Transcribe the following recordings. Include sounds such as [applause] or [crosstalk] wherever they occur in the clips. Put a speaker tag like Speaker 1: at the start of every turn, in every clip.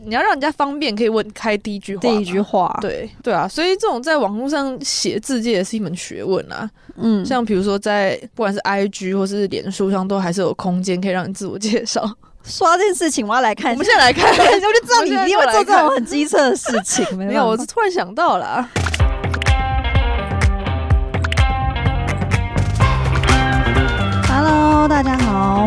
Speaker 1: 你要让人家方便，可以问开第一句话。
Speaker 2: 第一句，话，，
Speaker 1: 对对啊，所以这种在网络上写字界也是一门学问啊。
Speaker 2: 嗯，
Speaker 1: 像比如说在不管是 IG 或是脸书上，都还是有空间可以让你自我介
Speaker 2: [laughs]
Speaker 1: 绍。
Speaker 2: 说到这件事情，我要来看
Speaker 1: 我
Speaker 2: 一
Speaker 1: 们
Speaker 2: 下，，
Speaker 1: 现在来看
Speaker 2: [laughs] 我就知道你一定会做这
Speaker 1: 我
Speaker 2: 种很机车的
Speaker 1: [laughs]
Speaker 2: 事情，没
Speaker 1: 没有，我
Speaker 2: 办
Speaker 1: 是突然想到啊啦。
Speaker 2: 法 Hello，大家好，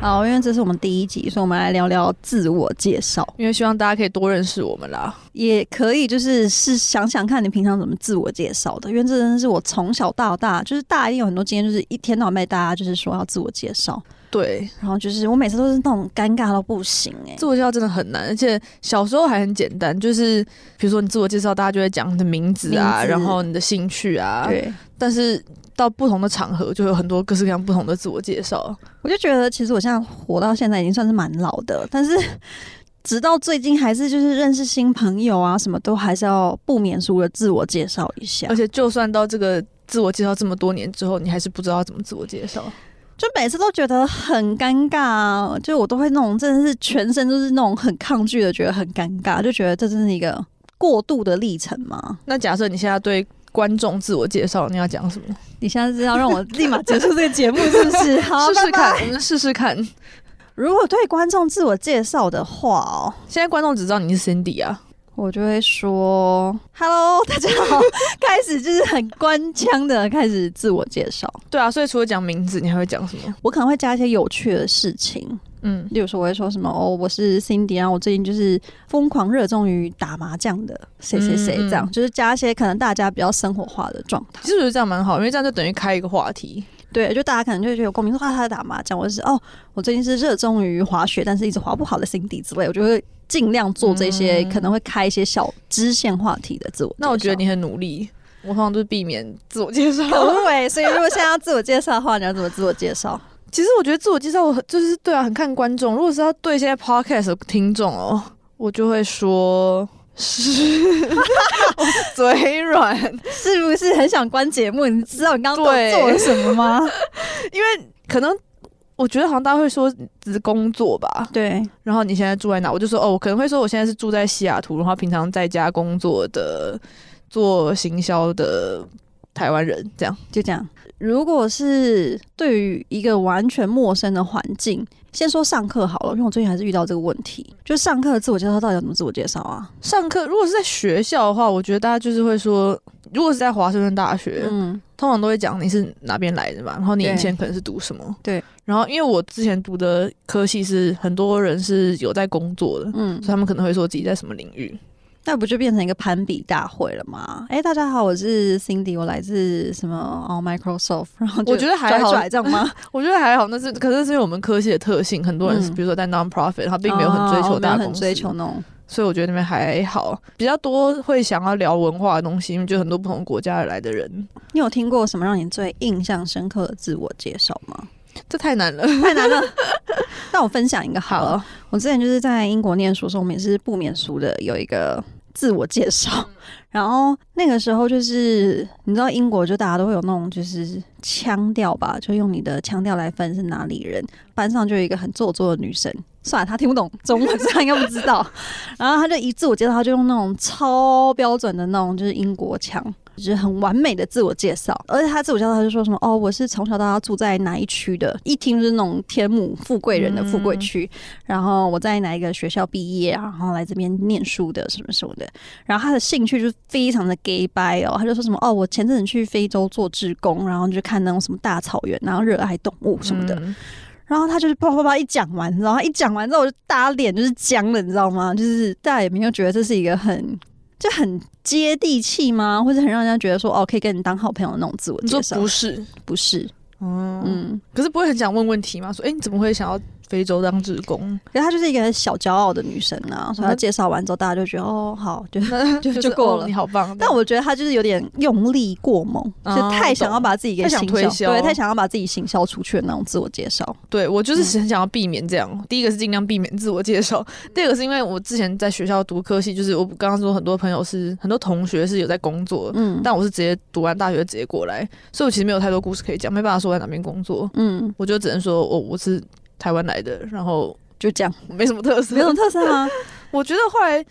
Speaker 2: 好，因为这是我们第一集，所以我们来聊聊自我介绍，
Speaker 1: 因为希望大家可以多认识我们啦。
Speaker 2: 也可以就是是想想看你平常怎么自我介绍的，因为这真的是我从小到大，就是大家一定有很多经验，就是一天到晚被大家就是说要自我介绍，
Speaker 1: 对，
Speaker 2: 然后就是我每次都是那种尴尬到不行哎、
Speaker 1: 自我介绍真的很难，而且小时候还很简单，就是比如说你自我介绍，大家就会讲你的名字啊，
Speaker 2: 名字
Speaker 1: 然后你的兴趣啊。，
Speaker 2: 对，
Speaker 1: 但是到不同的场合，就有很多各式各样不同的自我介绍。
Speaker 2: 我就觉得其实我现在活到现在已经算是蛮老的，但是 [laughs] 直到最近还是就是认识新朋友啊，什么都还是要不免俗的自我介绍一下
Speaker 1: 而。且就算到这个自我介绍这么多年之后，你还是不知道怎么自我介绍。
Speaker 2: 就每次都觉得很尴尬、啊，就我都会那种真的是全身都是那种很抗拒的，觉得很尴尬，就觉得这真是一个过渡的历程嘛。
Speaker 1: 那假设你现在对观众自我介绍，你要讲什么？
Speaker 2: 你现在是要让我立马结束这个节目是不
Speaker 1: [laughs]
Speaker 2: 是？好，
Speaker 1: 试
Speaker 2: 拜
Speaker 1: 试
Speaker 2: 啊拜
Speaker 1: 看，我们试试看。
Speaker 2: 如果对观众自我介绍的话哦，
Speaker 1: 现在观众只知道你是 Cindy 啊，
Speaker 2: 我就会说 “Hello，大家
Speaker 1: [laughs]
Speaker 2: 好”，开始就是很官腔的开始自我介绍。
Speaker 1: 对啊，所以除了讲名字，你还会讲什么？
Speaker 2: 我可能会加一些有趣的事情，
Speaker 1: 嗯，
Speaker 2: 例如说我会说什么“哦，我是 Cindy，然后我最近就是疯狂热衷于打麻将的谁谁谁”，
Speaker 1: 嗯
Speaker 2: 这样就是加一些可能大家比较生活化的状态
Speaker 1: 其。实我觉得这样蛮好，因为这样就等于开一个话题。
Speaker 2: 对，就大家可能就会觉得有共鸣，说啊他在打麻将，或者是哦我最近是热衷于滑雪，但是一直滑不好的 Cindy 之类，我就会尽量做这些、
Speaker 1: 嗯
Speaker 2: 可能会开一些小支线话题的自我介绍。
Speaker 1: 那我觉得你很努力，我通常都是避免自我介绍。
Speaker 2: [laughs] 可恶欸所以如果现在要自我介绍的话，你要怎么自我介绍？
Speaker 1: [laughs] 其实我觉得自我介绍，我很就是对啊，很看观众。如果是要对现在 podcast 的听众哦，我就会说是 [laughs] 嘴软，
Speaker 2: 是不是很想关节目？你知道你刚刚
Speaker 1: 对
Speaker 2: 做了什么吗？
Speaker 1: 因为可能我觉得好像大家会说只是工作吧，
Speaker 2: [laughs] 对，
Speaker 1: 然后你现在住在哪？我就说哦，我可能会说我现在是住在西雅图，然后平常在家工作的，做行销的台湾人这样。
Speaker 2: 就这样。如果是对于一个完全陌生的环境，先说上课好了，因为我最近还是遇到这个问题，就是上课的自我介绍到底要怎么自我介绍啊？
Speaker 1: 上课如果是在学校的话，我觉得大家就是会说，如果是在华盛顿大学，
Speaker 2: 嗯，
Speaker 1: 通常都会讲你是哪边来的嘛，然后你
Speaker 2: 对
Speaker 1: 以前可能是读什么。
Speaker 2: 对。
Speaker 1: 然后因为我之前读的科系是很多人是有在工作的，所
Speaker 2: 嗯
Speaker 1: 以，他们可能会说自己在什么领域。
Speaker 2: 那不就变成一个攀比大会了吗？哎、大家好，我是 Cindy，我来自什么哦 Microsoft，然后就
Speaker 1: 我觉得还好
Speaker 2: 拽拽这样吗？
Speaker 1: 我觉得还好，那是可是是因为我们科系的特性，很多人是、
Speaker 2: 嗯
Speaker 1: 比如说在 nonprofit，他并没有很追
Speaker 2: 哦
Speaker 1: 求
Speaker 2: 没有
Speaker 1: 大公司，
Speaker 2: 很追求那种
Speaker 1: 所以我觉得那边还好，比较多会想要聊文化的东西，因为就很多不同国家来的人，
Speaker 2: 你有听过什么让你最印象深刻的自我介绍吗？
Speaker 1: 这太难了。
Speaker 2: 太难了。 [laughs] 那我分享一个好了。
Speaker 1: 好，
Speaker 2: 我之前就是在英国念书的时候，我们也是不免俗的有一个自我介绍。然后那个时候就是你知道英国就大家都会有那种就是腔调吧，就用你的腔调来分是哪里人。班上就有一个很做作的女生，算了，她听不懂中文，所以她应该不知道。 [laughs] 然后她就一自我介绍，她就用那种超标准的那种就是英国腔。就是很完美的自我介绍，而且她自我介绍她就说什么哦，我是从小到大住在哪一区的，一听就是那种天母富贵人的富贵区，然后我在哪一个学校毕业啊，然后来这边念书的什么什么的。然后他的兴趣就是非常的 gay 拜哦，他就说什么哦，我前阵子去非洲做志工，然后就看那种什么大草原，然后热爱动物什么的。
Speaker 1: 嗯
Speaker 2: 然后他就是啪啪啪一讲完，然后一讲完之后，我就大家脸就是僵了，你知道吗？就是大家也没有觉得这是一个很就很接地气吗？或者很让人家觉得说哦，可以跟你当好朋友的那种自我
Speaker 1: 你说
Speaker 2: 介绍？
Speaker 1: 不是？
Speaker 2: 不是，
Speaker 1: 嗯，
Speaker 2: 嗯，
Speaker 1: 可是不会很想问问题吗？说，哎、你怎么会想要非洲当志 [laughs] 工，
Speaker 2: 可是她就是一个小骄傲的女生啊，所以她
Speaker 1: 那
Speaker 2: 介绍完之后，大家就觉得哦，好，就
Speaker 1: 嗯那
Speaker 2: 就是就
Speaker 1: 哦
Speaker 2: 够了
Speaker 1: 你好棒。
Speaker 2: [laughs] 但我觉得他就是有点用力过猛，
Speaker 1: 哦
Speaker 2: 就太想要把自己给
Speaker 1: 太想
Speaker 2: 行
Speaker 1: 推
Speaker 2: 销，
Speaker 1: 销
Speaker 2: 对，太想要把自己行销出去的那种自我介绍。
Speaker 1: 对我
Speaker 2: 嗯
Speaker 1: 就是很想要避免这样。第一个是尽量避免自我介绍，第二个是因为我之前在学校读科系，就是我刚刚说很多朋友是很多同学是有在工作，
Speaker 2: 嗯，
Speaker 1: 但我是直接读完大学直接过来，所以我其实没有太多故事可以讲，没办法说我在哪边工作，
Speaker 2: 嗯，
Speaker 1: 我就只能说哦我、我是台湾来的，然后 [laughs]
Speaker 2: 就这样，
Speaker 1: 没什么特色
Speaker 2: 没，有特色啊吗？
Speaker 1: 我觉得后来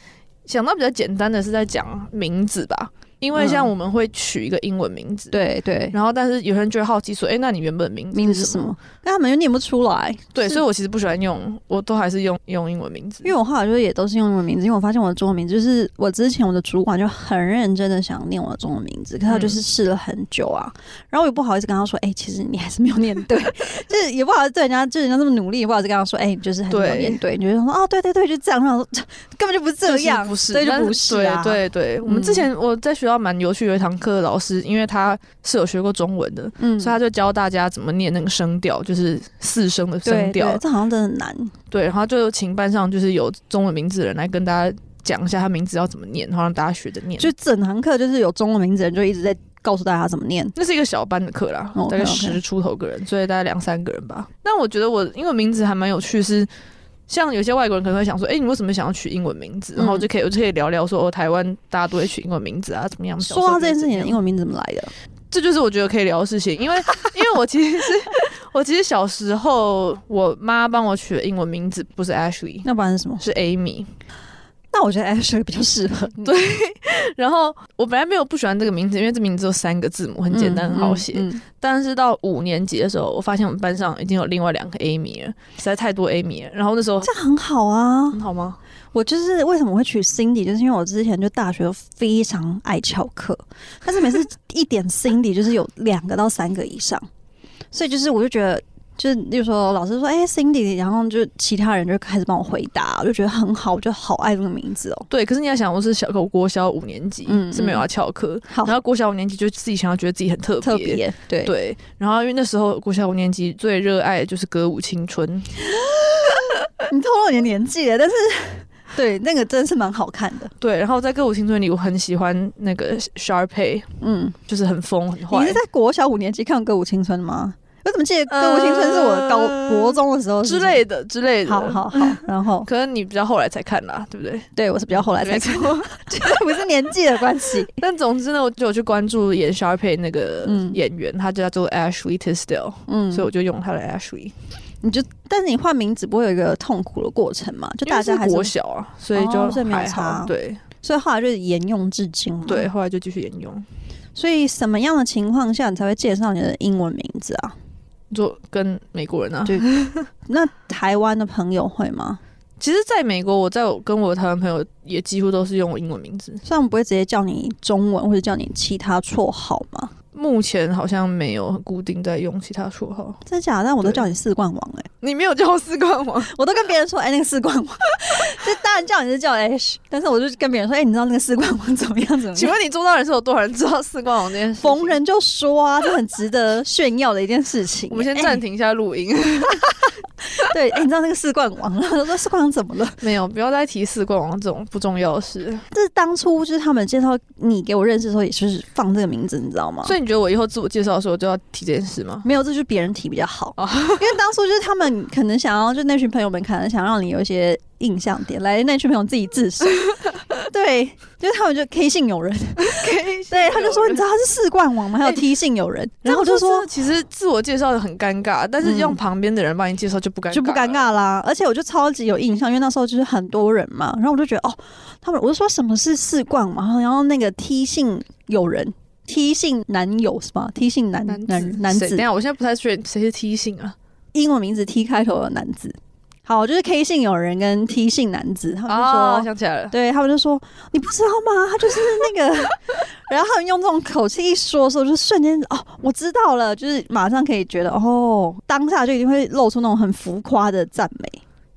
Speaker 1: 想到比较简单的是在讲名字吧，因为像
Speaker 2: 嗯
Speaker 1: 我们会取一个英文名字，
Speaker 2: 对对，
Speaker 1: 然后但是有人就会好奇说，哎、那你原本名字
Speaker 2: 名字
Speaker 1: 是
Speaker 2: 是什么？？但他们又念不出来，
Speaker 1: 对，
Speaker 2: 是
Speaker 1: 所以我其实不喜欢用，我都还是用用英文名字，
Speaker 2: 因为我后来就是也都是用英文名字，因为我发现我的中文名字就是我之前我的主管就很认真的想念我的中文名字，可
Speaker 1: 嗯
Speaker 2: 是他就是试了很久啊，然后我也不好意思跟他说，哎、其实你还是没有念对， [laughs] 就是也不好意思对人家，就人家这么努力，也不好意思跟他说，哎、你就是还是没有
Speaker 1: 对
Speaker 2: 念对，你就说哦，对对对，就这样，然后我说 [laughs] 根本就不是这
Speaker 1: 就是
Speaker 2: 样，
Speaker 1: 不是，
Speaker 2: 对，
Speaker 1: 但
Speaker 2: 就不是啊，
Speaker 1: 对对对，我们之前我在学校蛮有趣，有一堂课老师，因为他是有学过中文的，
Speaker 2: 嗯，
Speaker 1: 所以他就教大家怎么念那个声调，就是四声的
Speaker 2: 对
Speaker 1: 声
Speaker 2: 对
Speaker 1: 调，，
Speaker 2: 这好像真的很难，
Speaker 1: 对，然后就请班上就是有中文名字的人来跟大家讲一下他名字要怎么念，然后让大家学着念。
Speaker 2: 就整堂课就是有中文名字的人就一直在告诉大家怎么念，
Speaker 1: 那是一个小班的课啦，
Speaker 2: 哦
Speaker 1: 大概
Speaker 2: OK，OK
Speaker 1: 十出头个人，所以大概两三个人吧。但我觉得我英文名字还蛮有趣是，像有些外国人可能会想说，哎、你为什么想要取英文名字？
Speaker 2: 嗯
Speaker 1: 然后我就可以我就可以聊聊说，哦，台湾大家都会取英文名字啊，怎么样？
Speaker 2: 说到这件事情，英
Speaker 1: 为
Speaker 2: 文名字怎么来的？
Speaker 1: 这就是我觉得可以聊的事情，因为 [laughs] 因为我其实是我其实小时候我妈帮我取的英文名字不是 Ashley
Speaker 2: 要不然是什么？
Speaker 1: 是 Amy，
Speaker 2: 那我觉得 Ashley 比较适合你，对，
Speaker 1: 然后我本来没有不喜欢这个名字，因为这名字只有三个字母，很简单，很好写。
Speaker 2: 嗯嗯
Speaker 1: 但是到五年级的时候，我发现我们班上已经有另外两个 Amy 了，实在太多 Amy 了。然后那时候
Speaker 2: 这样很好啊。
Speaker 1: 很好吗？
Speaker 2: 我就是为什么会取 Cindy，就是因为我之前就大学非常爱翘课，但是每次一点 Cindy 就是有两个到三个以上，所以就是我就觉得。就是，例如说，老师说：“哎、c i n d y 然后就其他人就开始帮我回答，我就觉得很好，我就好爱这个名字哦。
Speaker 1: 对，可是你要想，我是小狗国小五年级，
Speaker 2: 嗯
Speaker 1: 是没有要翘课，
Speaker 2: 好
Speaker 1: 然后国小五年级就自己想要觉得自己很特别。
Speaker 2: 特别对，
Speaker 1: 对，然后因为那时候国小五年级最热爱的就是歌舞青春，嗯
Speaker 2: 你透露你的年纪了，但是对那个真是蛮好看的。
Speaker 1: 对，然后在歌舞青春里，我很喜欢那个 Sharpay，
Speaker 2: 嗯，
Speaker 1: 就是很疯很 [laughs]
Speaker 2: 你
Speaker 1: 坏
Speaker 2: 是。在国小五年级看《歌舞青春》吗？我怎么记得《歌舞青春》是我高、
Speaker 1: 呃
Speaker 2: 国中的时候
Speaker 1: 之
Speaker 2: 的
Speaker 1: 类的之类的，
Speaker 2: 好好好，然后
Speaker 1: 可能你比较后来才看啦，对不对？
Speaker 2: 对我是比较后来才
Speaker 1: 没
Speaker 2: 看，
Speaker 1: 错。
Speaker 2: [laughs] 不是年纪的关系。
Speaker 1: 但总之呢，我就有去关注演 Sharpay 那个
Speaker 2: 嗯
Speaker 1: 演员，他叫做 Ashley Tisdale，、
Speaker 2: 嗯
Speaker 1: 所以我就用他的 Ashley。
Speaker 2: 你就，但是你换名字不会有一个痛苦的过程嘛？就
Speaker 1: 因为
Speaker 2: 大家
Speaker 1: 是
Speaker 2: 还
Speaker 1: 国
Speaker 2: 是，
Speaker 1: 小啊，所以
Speaker 2: 哦
Speaker 1: 就
Speaker 2: 所以没有
Speaker 1: 还好。啊
Speaker 2: 差嗯
Speaker 1: 对
Speaker 2: 所以后来就是沿用至今嘛。
Speaker 1: 对，，后来就继续沿用，
Speaker 2: 所以什么样的情况下你才会介绍你的英文名字啊？
Speaker 1: 就跟美国人啊。
Speaker 2: 对那台湾的朋友会吗？
Speaker 1: 其实，在美国，我在我跟我的台湾朋友也几乎都是用我英文名字，
Speaker 2: 虽然我们不会直接叫你中文或者叫你其他绰号嘛，
Speaker 1: 目前好像没有很固定在用其他绰号。
Speaker 2: 真假的？但我都
Speaker 1: 对
Speaker 2: 叫你四冠王哎、
Speaker 1: 你没有叫我四冠
Speaker 2: [laughs]
Speaker 1: 王，
Speaker 2: 我都跟别人说哎、那个四冠王， [laughs] 就当然叫你是叫 H，但是我就跟别人说哎、你知道那个四冠王怎么样怎么样？
Speaker 1: 请问你周遭人是有多少人知道四冠王这
Speaker 2: [laughs]
Speaker 1: 件事？
Speaker 2: 逢。人就说啊，这很值得炫耀的一件事情。欸
Speaker 1: 我们先暂
Speaker 2: 停。
Speaker 1: 停一下录
Speaker 2: [laughs]
Speaker 1: 音，
Speaker 2: 对，哎、你知道那个四冠王， [laughs] 然后我说四冠王怎么了？
Speaker 1: 没有，不要再提四冠王这种不重要的事。
Speaker 2: 这当初就是他们介绍你给我认识的时候，也是放这个名字，你知道吗？
Speaker 1: 所以你觉得我以后自我介绍的时候就要提这件事 [laughs] 吗？
Speaker 2: 没有，这就是别人提比较好，
Speaker 1: 哦
Speaker 2: 因为当初就是他们可能想要，就那群朋友们可能想让你有一些印象点，来那群朋友自己自
Speaker 1: [laughs]
Speaker 2: 首，对，就是他们就 K 信友人，对，他就说你知道他是四冠王吗？还有
Speaker 1: 哎
Speaker 2: T 信友人，
Speaker 1: 然
Speaker 2: 然
Speaker 1: 后我
Speaker 2: 后我
Speaker 1: 就
Speaker 2: 就
Speaker 1: 说，
Speaker 2: 说
Speaker 1: 其实自我介绍的很尴尬，但是
Speaker 2: 嗯
Speaker 1: 用旁边的人帮你介绍就不尴尬，
Speaker 2: 就不尴。尬啦，而且我就超级有印象，因为那时候就是很多人嘛，然后我就觉得哦，他们我就说什么是四冠嘛，然后那个 T 姓友人，T 姓男友是吧？T 姓男
Speaker 1: 男子
Speaker 2: 男男
Speaker 1: 谁等一
Speaker 2: 子，
Speaker 1: 下，我现在不太确定谁是 T 姓啊。
Speaker 2: 英文名字 T 开头的男子。好，就是 K 姓友人跟 T 姓男子，他们就
Speaker 1: 哦，
Speaker 2: 说，
Speaker 1: 想起来了，
Speaker 2: 对他们就说你不知道吗？他就是那个， [laughs] 然后他们用这种口气一说的时候，就瞬间哦，我知道了，就是马上可以觉得哦，当下就一定会露出那种很浮夸的赞美。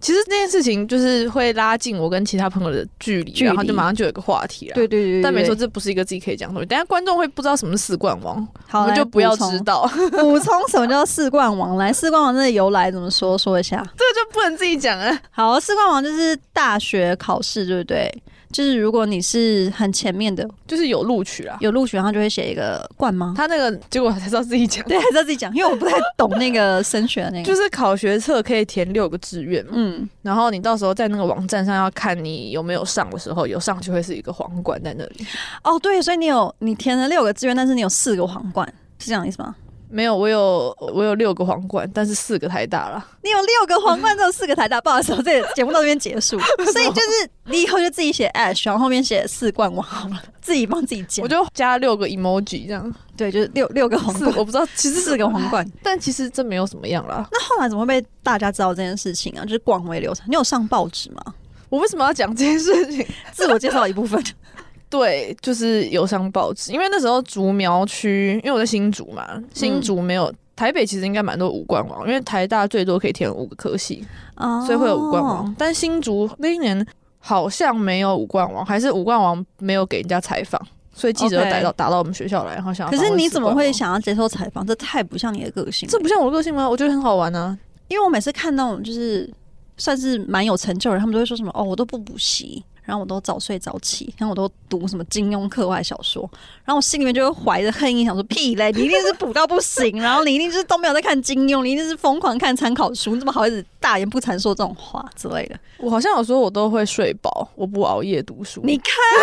Speaker 1: 其实这件事情就是会拉近我跟其他朋友的距离，
Speaker 2: 距离
Speaker 1: 然后就马上就有一个话题了。
Speaker 2: 对对对对
Speaker 1: 但没错，
Speaker 2: 对
Speaker 1: 这不是一个自己可以讲的东西。等一下观众会不知道什么是四冠王，
Speaker 2: 好
Speaker 1: 我们
Speaker 2: 来
Speaker 1: 就不要
Speaker 2: 补充
Speaker 1: 知道， [laughs] 这
Speaker 2: [laughs] 补充什么叫四冠王？来，四冠王这个由来怎么说？说一下。
Speaker 1: 个就不能自己讲啊。
Speaker 2: 好，四冠王就是大学考试，对不对？就是如果你是很前面的
Speaker 1: 就是有录取啦，
Speaker 2: 有录取，然后就会写一个冠吗？
Speaker 1: 他那个结果才知道自己讲，
Speaker 2: 对，还是要自己讲，因为我不太懂那个升学的那个。
Speaker 1: 就是考学测可以填六个志愿嘛，
Speaker 2: 嗯，
Speaker 1: 然后你到时候在那个网站上要看你有没有上的时候，有上就会是一个皇冠在那里。
Speaker 2: 哦，对，所以你有你填了六个志愿，但是你有四个皇冠，是这样的意思吗？
Speaker 1: 没有，我有我有六个皇冠，但是四个太大了。
Speaker 2: 你有六个皇冠，只有四个台大，不好意思，我这个节目到这边结
Speaker 1: [laughs]
Speaker 2: 束。所以就是你以后就自己写 ash，然后后面写四冠王好了，自己帮自己剪
Speaker 1: 我。就加六个 emoji 这样，
Speaker 2: 对，就是六六个皇
Speaker 1: 四
Speaker 2: 冠，
Speaker 1: 我不知道，其实
Speaker 2: 四个 [laughs] 皇，冠。
Speaker 1: 但其实这没有什么样啦。
Speaker 2: 那后来怎么会被大家知道这件事情啊？就是广为流传。你有上报纸吗？
Speaker 1: 我为什么要讲这件事情？ [laughs]
Speaker 2: 自我介绍一部分。 [laughs]
Speaker 1: 对，就是有上报纸，因为那时候竹苗区，因为我在新竹嘛，新竹没有、台北，其实应该蛮多五冠王，因为台大最多可以填五个科系，
Speaker 2: 哦
Speaker 1: 所以会有五冠王。。但新竹那一年好像没有五冠王，还是五冠王没有给人家采访，所以记者
Speaker 2: OK
Speaker 1: 逮到打到我们学校来，然后想要
Speaker 2: 可
Speaker 1: 访问
Speaker 2: 是你怎么会
Speaker 1: 四冠
Speaker 2: 想要接受采访？这太不像你的个性
Speaker 1: 王？
Speaker 2: 了。
Speaker 1: 这不像我的个性吗？我觉得很好玩啊。
Speaker 2: 因为我每次看那种就是算是蛮有成就的人，他们都会说什么哦，我都不补习，然后我都早睡早起，然后我都读什么金庸课外小说，然后我心里面就会怀着恨意，想说屁嘞，你一定是补到不行，然后你一定就是都没有在看金庸，你一定是疯狂看参考书，你怎么好意思大言不惭说这种话之类的？
Speaker 1: 我好像有时候我都会睡饱，我不熬夜读书。
Speaker 2: 你看， [laughs]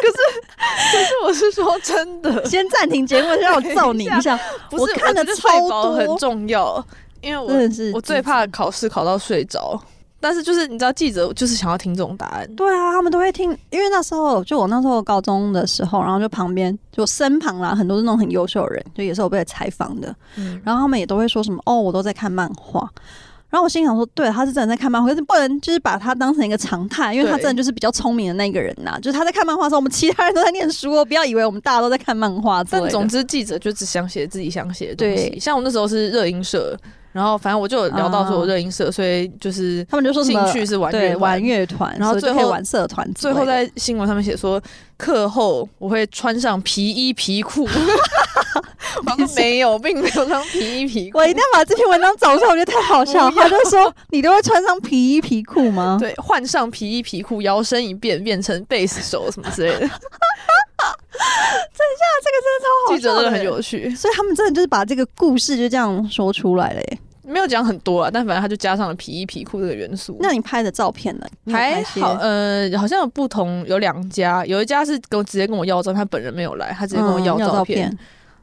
Speaker 1: 可是我是说真的，
Speaker 2: 先暂停节目，让我揍 [laughs] 你一下，
Speaker 1: [laughs] 不是
Speaker 2: 我看得
Speaker 1: 觉得
Speaker 2: 超
Speaker 1: 睡饱很
Speaker 2: 多
Speaker 1: 重要，因为我
Speaker 2: 真的是
Speaker 1: 我最怕考试考到睡着，但是就是你知道，记者就是想要听这种答案。
Speaker 2: 对啊，他们都会听，因为那时候就我那时候高中的时候，然后就旁边就身旁啦，很多是那种很优秀的人，就也是有被采访的，
Speaker 1: 嗯，
Speaker 2: 然后他们也都会说什么哦，我都在看漫画。然后我心想说，对，啊他是真的在看漫画，可是不能就是把他当成一个常态，因为他
Speaker 1: 对
Speaker 2: 真的就是比较聪明的那个人呐、就是他在看漫画的时候，我们其他人都在念书哦，不要以为我们大家都在看漫画之类
Speaker 1: 但
Speaker 2: 的。
Speaker 1: 总之，记者就只想写自己想写的东西。
Speaker 2: 对
Speaker 1: 像我那时候是热音社，然后反正我就有聊到说我热音社，所以就是
Speaker 2: 他们就嗯说什
Speaker 1: 兴
Speaker 2: 么
Speaker 1: 趣是玩乐
Speaker 2: 对
Speaker 1: 团
Speaker 2: 玩。乐团，
Speaker 1: 然后
Speaker 2: 所以就
Speaker 1: 最
Speaker 2: 可以
Speaker 1: 后
Speaker 2: 玩社团之
Speaker 1: 最
Speaker 2: 类的，
Speaker 1: 后在新闻上面写说，课后我会穿上皮衣皮
Speaker 2: [laughs]
Speaker 1: 裤，我想说没有，并没有穿皮衣皮裤
Speaker 2: [laughs] 我一。定要把这篇文章找出来，我觉得太好笑了。
Speaker 1: 不要
Speaker 2: 他就说：“你都会穿上皮衣皮裤吗？”
Speaker 1: 对，换上皮衣皮裤，摇身一变变成贝斯手什么之类
Speaker 2: [laughs]
Speaker 1: 的。
Speaker 2: 好
Speaker 1: 记者
Speaker 2: 笑
Speaker 1: 真
Speaker 2: 的
Speaker 1: 的很欸有趣，
Speaker 2: 所以他们真的就是把这个故事就这样说出来了耶。
Speaker 1: 没有讲很多啊，但反正他就加上了皮衣皮裤这个元素。
Speaker 2: 那你拍的照片呢？你有
Speaker 1: 还
Speaker 2: 拍些
Speaker 1: 好，呃，好像有不同，有两家，有一家是跟我直接跟我要照片，他本人没有来，他直接跟我
Speaker 2: 嗯
Speaker 1: 要
Speaker 2: 照
Speaker 1: 照片，，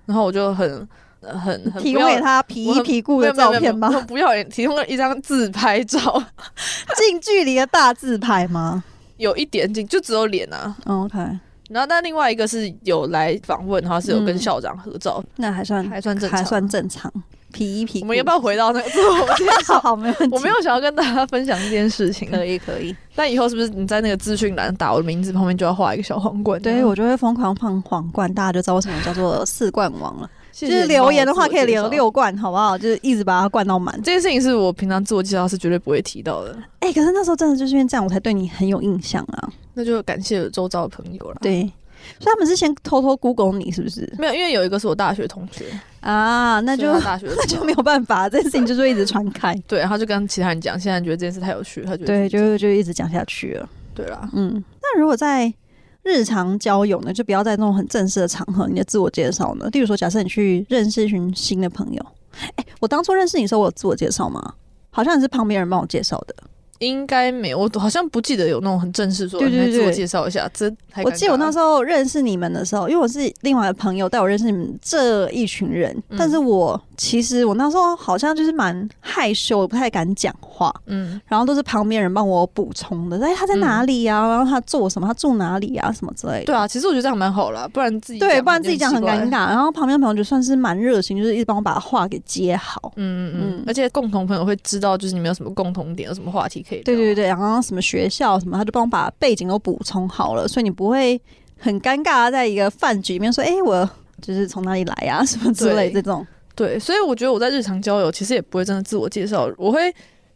Speaker 1: 然后我就很呃很很
Speaker 2: 提
Speaker 1: 不
Speaker 2: 供
Speaker 1: 要
Speaker 2: 给他皮衣皮裤
Speaker 1: 没
Speaker 2: 的
Speaker 1: 有没有
Speaker 2: 照
Speaker 1: 没有
Speaker 2: 片吗
Speaker 1: 我？不要脸提供了一张自拍照，
Speaker 2: [laughs] 近距离的大自拍吗
Speaker 1: 有一点近，就只有脸啊。
Speaker 2: 嗯？OK，
Speaker 1: 然后但另外一个是有来访问，然后是有跟
Speaker 2: 嗯
Speaker 1: 校长合照，
Speaker 2: 那还算
Speaker 1: 还算正常。
Speaker 2: 还算正常。皮衣皮裤，
Speaker 1: 我们要不要回到那个自
Speaker 2: [laughs]
Speaker 1: 我介
Speaker 2: 好
Speaker 1: 绍？
Speaker 2: 好，没问题。
Speaker 1: 我没有想要跟大家分享这件事情，
Speaker 2: 以可以。
Speaker 1: 但以后是不是你在那个资讯栏打我的名字旁边就要画一个小皇冠？
Speaker 2: 对，我就会疯狂放皇冠，大家就知道为什么叫做四冠王了。
Speaker 1: 就
Speaker 2: 就是留言的话，可以留。六罐，好不好？就是一直把它灌到满。
Speaker 1: 这件事情是我平常自我介绍是绝对不会提到的，
Speaker 2: 哎、可是那时候真的就是因为这样，我才对你很有印象啊。
Speaker 1: 那就感谢周遭的朋友了。，
Speaker 2: 对，所以他们是先偷偷 Google 你，是不是？
Speaker 1: 没有，因为有一个是我大学同学，
Speaker 2: 啊， [laughs] 那就
Speaker 1: 所以他大学
Speaker 2: [laughs] 那就没有办法，这件事情就是会一直传开，
Speaker 1: [laughs] 对，然后就跟其他人讲，现在觉得这件事太有趣了，他觉得
Speaker 2: [laughs] 对，就就一直讲下去了。
Speaker 1: 对啦。
Speaker 2: 嗯，那如果在日常交友呢，就不要在那种很正式的场合，你的自我介绍呢？例如说，假设你去认识一群新的朋友，哎、我当初认识你的时候，我有自我介绍吗？好像也是旁边人帮我介绍的。
Speaker 1: 应该没有，我好像不记得有那种很正式说，
Speaker 2: 对对
Speaker 1: 你来自我
Speaker 2: 对
Speaker 1: 介绍一下，这太
Speaker 2: 我记得我那
Speaker 1: 时
Speaker 2: 时候认识你们的时候，因为我是另外的朋友带我认识你们这一群人，
Speaker 1: 嗯
Speaker 2: 但是我其实我那时候好像就是蛮害羞，我不太敢讲话，
Speaker 1: 嗯，
Speaker 2: 然后都是旁边人帮我补充的，哎，他在哪里呀、然后他做什么？他住哪里呀、什么之类的。
Speaker 1: 对啊，其实我觉得这样蛮好啦，不然自己
Speaker 2: 对，不然自己讲很尴
Speaker 1: 尬。
Speaker 2: 尬。然后旁边的朋友就算是蛮热情，就是一直帮我把话给接好。
Speaker 1: 嗯嗯
Speaker 2: 嗯
Speaker 1: 嗯，而且共同朋友会知道，就是你们有什么共同点，有什么话题可以聊。
Speaker 2: 对对对，然后什么学校什么，他就帮我把背景都补充好了，所以你不会很尴尬，在一个饭局里面说，哎，我就是从哪里来呀、什么之类
Speaker 1: 对
Speaker 2: 这种。
Speaker 1: 对，所以我觉得我在日常交友其实也不会真的自我介绍，我会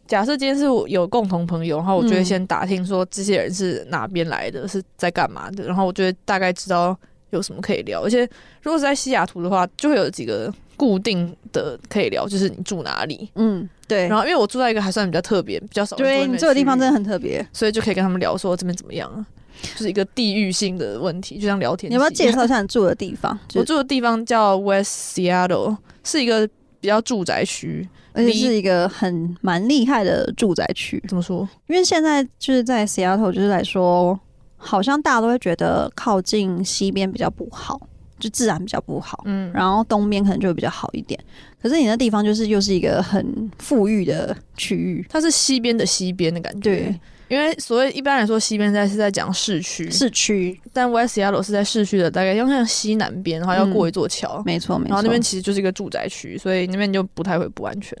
Speaker 1: 假设今天是我有共同朋友，然后我就会
Speaker 2: 嗯
Speaker 1: 先打听说这些人是哪边来的，是在干嘛的，然后我就会大概知道有什么可以聊。而且如果是在西雅图的话，就会有几个固定的可以聊，就是你住哪里。
Speaker 2: 嗯，对
Speaker 1: 然。后因为我住在一个还算比较特别、比较少人
Speaker 2: 对
Speaker 1: 住
Speaker 2: 你
Speaker 1: 那
Speaker 2: 住的地方
Speaker 1: 区域
Speaker 2: 真的很特别，
Speaker 1: 所以就可以跟他们聊说这边怎么样啊，就是一个地域性的问题，就像聊天。
Speaker 2: 你要不要介绍？一下你住的地方？就
Speaker 1: 我住的地方叫 West Seattle，是一个比较住宅区。
Speaker 2: 而且
Speaker 1: 离
Speaker 2: 是一个很蛮厉害的住宅区，
Speaker 1: 怎么说？
Speaker 2: 因为现在就是在 Seattle，就是来说，好像大家都会觉得靠近西边比较不好，就自然比较不好，
Speaker 1: 嗯，
Speaker 2: 然后东边可能就会比较好一点。可是你那地方就是又是一个很富裕的区域，
Speaker 1: 它是西边的西边的感觉。
Speaker 2: 对，，
Speaker 1: 因为所谓一般来说西边在是在讲市区，
Speaker 2: 市区，
Speaker 1: 但 West Seattle 是在市区的大概要像西南边，然后要过一座桥。
Speaker 2: 没错没
Speaker 1: 哦
Speaker 2: 错。
Speaker 1: 然后那边其实就是一个住宅区，所以那边就不太会不安全。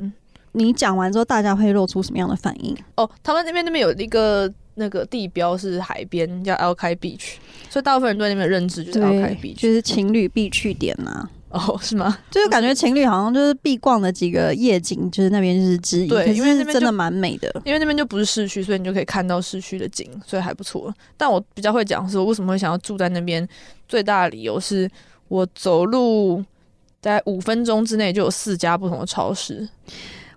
Speaker 2: 你讲完之后，大家会露出什么样的反应？
Speaker 1: 哦，他们那边那边有一个那个地标是海边，叫 Alki Beach，所以大部分人对那边的认知就是 Alki
Speaker 2: 对，
Speaker 1: Beach。
Speaker 2: 就是情侣必去点啊，
Speaker 1: 哦，是吗？
Speaker 2: 就是感觉情侣好像就是必逛的几个夜景，就是那边就是之一，
Speaker 1: 对
Speaker 2: 可是
Speaker 1: 因为那边
Speaker 2: 真
Speaker 1: 就
Speaker 2: 的蛮美的。
Speaker 1: 因为那边就不是市区，所以你就可以看到市区的景，所以还不错。但我比较会讲是我为什么会想要住在那边，最大的理由是我走路在五分钟之内就有四家不同的超市。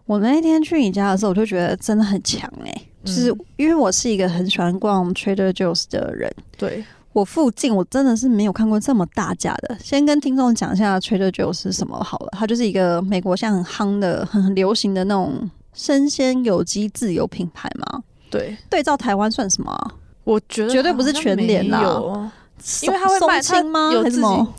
Speaker 2: 我那一天去你家的时候，我就觉得真的很强哎、就是
Speaker 1: 嗯
Speaker 2: 因为我是一个很喜欢逛 Trader Joe's 的人，
Speaker 1: 对，
Speaker 2: 我附近我真的是没有看过这么大家的。先跟听众讲一下 Trader Joe's 是什么好了，它就是一个美国现在很夯的、很流行的那种生鲜有机自由品牌嘛。
Speaker 1: 对，
Speaker 2: 对照台湾算什么啊？
Speaker 1: 我觉得
Speaker 2: 绝对不是
Speaker 1: 好像
Speaker 2: 全联
Speaker 1: 没
Speaker 2: 啦
Speaker 1: 有因为它会
Speaker 2: 松
Speaker 1: 卖它
Speaker 2: 松青吗？
Speaker 1: 有
Speaker 2: 还是
Speaker 1: 自
Speaker 2: 什
Speaker 1: 己
Speaker 2: 么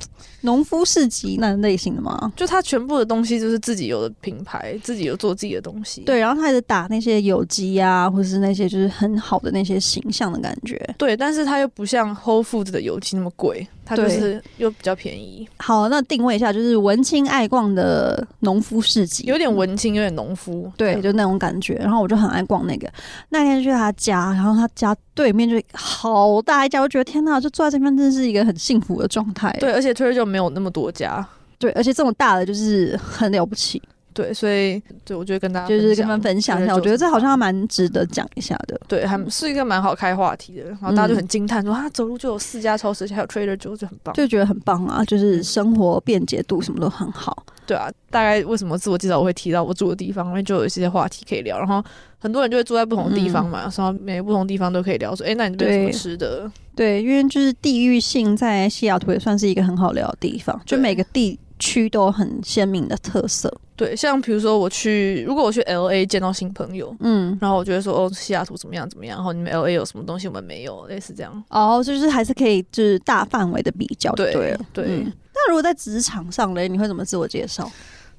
Speaker 2: 农夫市集那类型的吗？
Speaker 1: 就它全部的东西就是自己有的品牌，自己有做自己的东西。
Speaker 2: 对，然后它还是打那些有机啊，或是那些就是很好的那些形象的感觉。
Speaker 1: 对，但是它又不像 Whole Foods 的油漆那么贵，它就
Speaker 2: 对
Speaker 1: 是又比较便宜，
Speaker 2: 好，那定位一下，就是文青爱逛的农夫市集，
Speaker 1: 有点文青，有点农夫。
Speaker 2: 嗯对，就那种感觉。然后我就很爱逛那个。那天去他家，然后他家对面就好大一家，我觉得天呐，就坐在这边真是一个很幸福的状态。
Speaker 1: 对，而且 Trader Joe 没有那么多家，
Speaker 2: 对，而且这么大的就是很了不起，
Speaker 1: 对，所以对我就会跟大家
Speaker 2: 就是跟他们分享一啊下。我觉得这好像
Speaker 1: 蛮
Speaker 2: 蛮值得讲一下的。
Speaker 1: 对，还是一个蛮好开话题的。然后大家就很惊叹说，啊，走路就有四家超市，而且还有 Trader Joe 就很棒。
Speaker 2: 就觉得很棒啊，就是生活便捷度什么都很好。
Speaker 1: 对啊，大概为什么自我介绍我会提到我住的地方，因为就有一些话题可以聊。然后很多人就会住在不同的地方
Speaker 2: 嗯
Speaker 1: 嘛，然后每个不同地方都可以聊说，哎、那你这边有什么
Speaker 2: 对
Speaker 1: 吃的？
Speaker 2: 对，因为就是地域性在西雅图也算是一个很好聊的地方，就
Speaker 1: 对
Speaker 2: 每个地区都有很鲜明的特色。
Speaker 1: 对，像比如说我去，如果我去 L A 见到新朋友，
Speaker 2: 嗯，
Speaker 1: 然后我就会说，哦，西雅图怎么样怎么样，然后你们 L A 有什么东西我们没有，类似这样。
Speaker 2: 哦，就是还是可以，就是大范围的比较就
Speaker 1: 对
Speaker 2: 对了。
Speaker 1: 对
Speaker 2: 嗯那如果在职场上嘞，你会怎么自我介绍？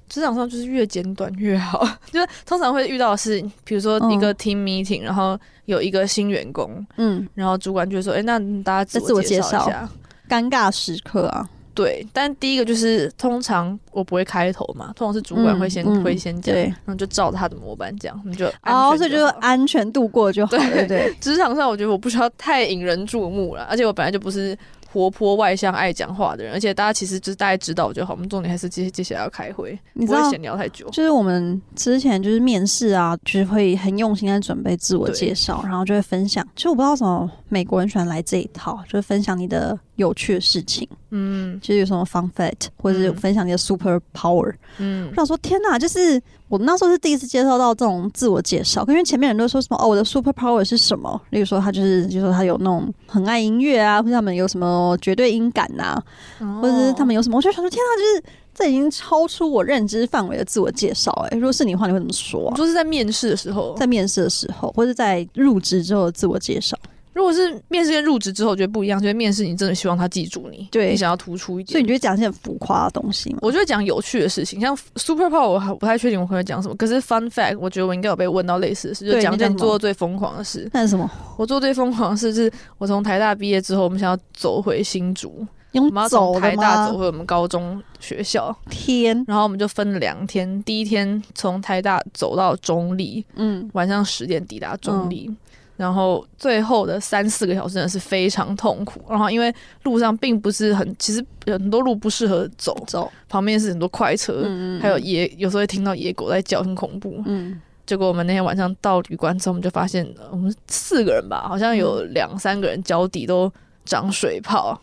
Speaker 1: 职场上就是越简短越好， [laughs] 就是通常会遇到的是，比如说一个 team meeting，、然后有一个新员工，
Speaker 2: 嗯，
Speaker 1: 然后主管就会说：“哎、那大家
Speaker 2: 再自我
Speaker 1: 介
Speaker 2: 介
Speaker 1: 绍一
Speaker 2: 绍
Speaker 1: 下。
Speaker 2: 尴尬时刻啊，”
Speaker 1: 对，但第一个就是通常我不会开头嘛，通常是主管会先、
Speaker 2: 嗯嗯
Speaker 1: 会先讲，然
Speaker 2: 对，
Speaker 1: 后就照着他的模板讲，你就安
Speaker 2: 哦，
Speaker 1: 全
Speaker 2: 所以就是
Speaker 1: 好
Speaker 2: 安全度过就好了，对
Speaker 1: 对
Speaker 2: 不
Speaker 1: [laughs]
Speaker 2: 对？
Speaker 1: 职场上，我觉得我不需要太引人注目了，而且我本来就不是活泼外向、爱讲话的人，而且大家其实就是大概知道我就好。我们重点还是接接下来要开会，
Speaker 2: 你
Speaker 1: 不
Speaker 2: 知
Speaker 1: 会
Speaker 2: 道，
Speaker 1: 闲聊太久。
Speaker 2: 就是我们之前就是面试啊，就是会很用心在准备自我介绍，然后就会分享。其实我不知道为什么美国人喜欢来这一套，就是分享你的有趣的事情，
Speaker 1: 嗯
Speaker 2: 就是有什么 fun fact，或者是
Speaker 1: 嗯
Speaker 2: 分享你的 super power。
Speaker 1: 嗯
Speaker 2: 我，想说，天哪！就是我那时候是第一次接受到这种自我介绍，因为前面人都说什么哦，我的 super power 是什么？例如说他就是，就说他有那种很爱音乐啊，或者他们有什么绝对音感呐、
Speaker 1: 哦
Speaker 2: 或者是他们有什么，我就想说，天哪！就是这已经超出我认知范围的自我介绍。哎，如果是你的话，你会怎么说
Speaker 1: 你
Speaker 2: 啊、
Speaker 1: 说是在面试的时候，
Speaker 2: 在面试的时候，或者在入职之后的自我介绍，
Speaker 1: 如果是面试跟入职之后，我觉得不一样，就是面试你真的希望他记住你，
Speaker 2: 对
Speaker 1: 你想要突出一点，
Speaker 2: 所以你就会讲一些很浮夸的东西嘛？
Speaker 1: 我就会讲有趣的事情，像 super power 我还不太确定我会讲什么，可是 fun fact 我觉得我应该有被问到类似的事，就
Speaker 2: 对
Speaker 1: 讲
Speaker 2: 你
Speaker 1: 讲
Speaker 2: 讲
Speaker 1: 你
Speaker 2: 什么
Speaker 1: 做过最疯狂的事。
Speaker 2: 那是什么？
Speaker 1: 我做最疯狂的事是，我从台大毕业之后，我们想要走回新竹，
Speaker 2: 用
Speaker 1: 我们要
Speaker 2: 走
Speaker 1: 从
Speaker 2: 的
Speaker 1: 台大走
Speaker 2: 吗？
Speaker 1: 回我们高中学校，
Speaker 2: 天，
Speaker 1: 然后我们就分了两天，第一天从台大走到中立，
Speaker 2: 嗯，
Speaker 1: 晚上十点抵达中立。然后最后的三四个小时真的是非常痛苦，然后因为路上并不是很，其实很多路不适合走，
Speaker 2: 走，
Speaker 1: 旁边是很多快车，
Speaker 2: 嗯
Speaker 1: 还有野，有时候会听到野狗在叫，很恐怖。
Speaker 2: 嗯，
Speaker 1: 结果我们那天晚上到旅馆之后，我们就发现呃我们四个人吧，好像有两三个人脚底都长水泡。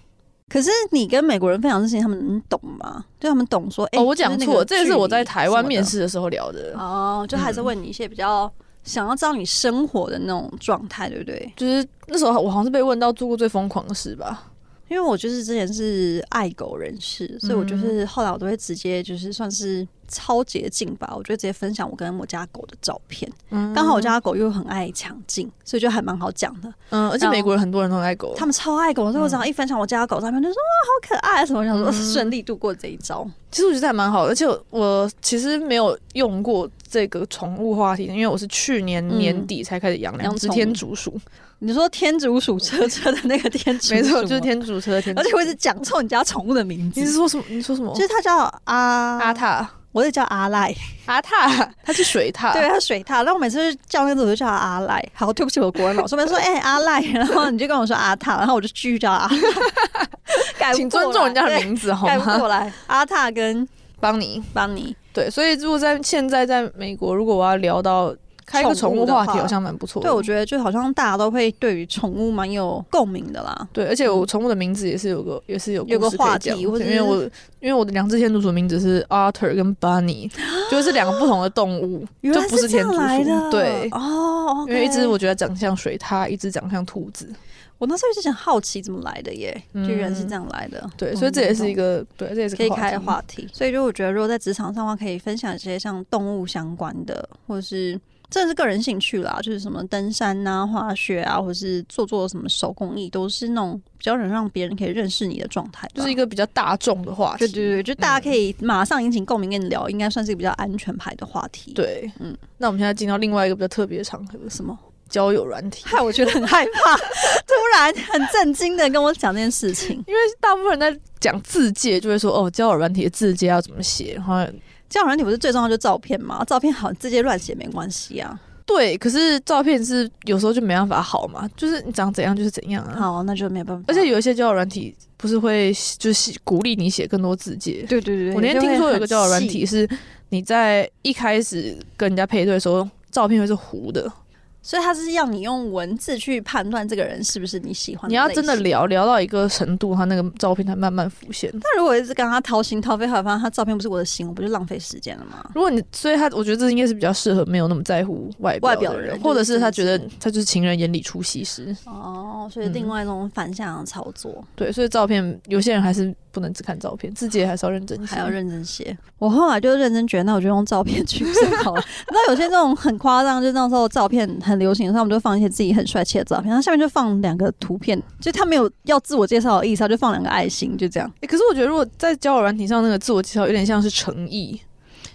Speaker 2: 可是你跟美国人分享这些，他们能懂吗？就他们懂说，哎、
Speaker 1: 哦，我讲
Speaker 2: 就是那
Speaker 1: 错，
Speaker 2: 个
Speaker 1: 这个是我在台湾
Speaker 2: 距离
Speaker 1: 面
Speaker 2: 什
Speaker 1: 试的时候聊的，
Speaker 2: 么的哦，就还是问你一些比较想要知道你生活的那种状态，对不对？
Speaker 1: 就是那时候我好像是被问到做过最疯狂的事吧。
Speaker 2: 因为我就是之前是爱狗人士，所以我
Speaker 1: 嗯
Speaker 2: 就是后来我都会直接就是算是超捷径吧，我就会直接分享我跟我家狗的照片。
Speaker 1: 嗯
Speaker 2: 刚好我家狗又很爱抢镜，所以就还蛮好讲的。
Speaker 1: 嗯，而且
Speaker 2: 然后
Speaker 1: 美国人很多人都爱狗，
Speaker 2: 他们超爱狗，所以我
Speaker 1: 嗯
Speaker 2: 只要一分享我家的狗照片，就说哇好可爱啊什么，我想说顺利度过这一招。
Speaker 1: 其实我觉得还蛮好的，而且我我其实没有用过这个宠物话题，因为我是去年
Speaker 2: 嗯
Speaker 1: 年底才开始嗯养两只
Speaker 2: 养宠物
Speaker 1: 天竺鼠，
Speaker 2: 你说天竺鼠车车的那个天竺
Speaker 1: [laughs]
Speaker 2: 鼠，
Speaker 1: 没错，就是。天竺车的天竺
Speaker 2: 而
Speaker 1: 鼠。
Speaker 2: 且我一直讲错你家宠物的名字
Speaker 1: 你，是说什么？你说什么
Speaker 2: 就？是它叫阿
Speaker 1: 阿，塔，
Speaker 2: 我也叫阿赖，
Speaker 1: 阿塔，它是水 [laughs] 獭。
Speaker 2: 对，它水獭。然后我每次叫那个字我就叫它阿赖。好，对不起，我国文老师们说，哎、阿赖， [laughs] 然后你就跟我说阿塔，然后我就继续叫阿塔，改不过
Speaker 1: [laughs]
Speaker 2: 来
Speaker 1: 请尊重人家的
Speaker 2: 对
Speaker 1: 名 [laughs] 字好
Speaker 2: 改不
Speaker 1: 吗？
Speaker 2: 过来，阿塔跟
Speaker 1: 邦尼，
Speaker 2: 邦尼。
Speaker 1: 对，所以如果在现在在美国，如果我要聊到开个宠物话
Speaker 2: 宠物的
Speaker 1: 题，
Speaker 2: 话
Speaker 1: 好像蛮不错的。
Speaker 2: 对，我觉得就好像大家都会对于宠物蛮有共鸣的啦。
Speaker 1: 对，而且我宠物的名字也是有个，也是嗯有
Speaker 2: 有个
Speaker 1: 故事可以
Speaker 2: 话
Speaker 1: 讲
Speaker 2: 题或者
Speaker 1: 因为我因为我的两只天竺鼠的名字是 Arthur 跟 [gasps] Bunny，就是两个不同的动物，
Speaker 2: 原
Speaker 1: 就
Speaker 2: 来
Speaker 1: 不是
Speaker 2: 这
Speaker 1: 天
Speaker 2: 样
Speaker 1: 竺
Speaker 2: 来的，
Speaker 1: 鼠。对，
Speaker 2: 哦，
Speaker 1: 因为一只
Speaker 2: OK
Speaker 1: 我觉得长相水獭，一只长相兔子。
Speaker 2: 我那时候就是很好奇怎么来的耶，
Speaker 1: 嗯
Speaker 2: 居然是这样来的。
Speaker 1: 对，
Speaker 2: 嗯
Speaker 1: 所以这也是一
Speaker 2: 懂
Speaker 1: 个对，这也是个
Speaker 2: 可以开
Speaker 1: 题。
Speaker 2: 话题。所以就我觉得，如果在职场上的话，可以分享一些像动物相关的，或者是真的是个人兴趣啦，就是什么登山啊、滑雪啊，或者是做做什么手工艺，都是那种比较能让别人可以认识你的状态吧。
Speaker 1: 就是一个比较大众的话题。
Speaker 2: 对对对，就大家可以马上引起共鸣跟你聊，应该算是一个比较安全牌的话题。，
Speaker 1: 对，
Speaker 2: 嗯
Speaker 1: 嗯，那我们现在进到另外一个比较特别的场合，
Speaker 2: 什么？
Speaker 1: 交友软体。
Speaker 2: 害我觉得很害怕， [laughs] 突然很震惊的跟我讲这件事情。
Speaker 1: 大部分人在讲字界，就会说哦，交友软体的字界要怎么写，然后
Speaker 2: 交友软体不是最重要的就是照片吗？照片好，直接乱写没关系啊。
Speaker 1: 对，可是照片是有时候就没办法好嘛，就是你长怎样就是怎样啊。
Speaker 2: 好，那就没办法。
Speaker 1: 而且有一些交友软体不是会就是鼓励你写更多字界。
Speaker 2: 对对对，
Speaker 1: 我那天
Speaker 2: 就会
Speaker 1: 听说有一个
Speaker 2: 很
Speaker 1: 交友软
Speaker 2: 细
Speaker 1: 体，是你在一开始跟人家配对的时候，照片会是糊的，
Speaker 2: 所以他是要你用文字去判断这个人是不是你喜欢
Speaker 1: 你要
Speaker 2: 哦类
Speaker 1: 真的
Speaker 2: 型。
Speaker 1: 聊聊到一个程度，它那个照片才慢慢浮现。
Speaker 2: 那如果一直跟他掏心掏肺，后来发现他照片不是我的型，我不就浪费时间了吗？
Speaker 1: 如果你，所以他，我觉得这应该是比较适合没有那么在乎外
Speaker 2: 外
Speaker 1: 表
Speaker 2: 表
Speaker 1: 的
Speaker 2: 的人
Speaker 1: 或者是他觉
Speaker 2: 就是
Speaker 1: 得他就是情人眼里出西施，
Speaker 2: 哦，所以另外一种反向的操作、
Speaker 1: 对，所以照片有些人还是不能只看照片，自己也还是要认真写
Speaker 2: 还要认真写。我后来就认真觉得，那我就用照片 [laughs] 去参考了。那有些那种很夸张，就那时候照片很流行的时候，我们就放一些自己很帅气的照片，然后下面就放两个图片，就他没有要自我介绍的意思，他就放两个爱心，就这样。
Speaker 1: 诶可是我觉得，如果在交友软体上，那个自我介绍有点像是诚意，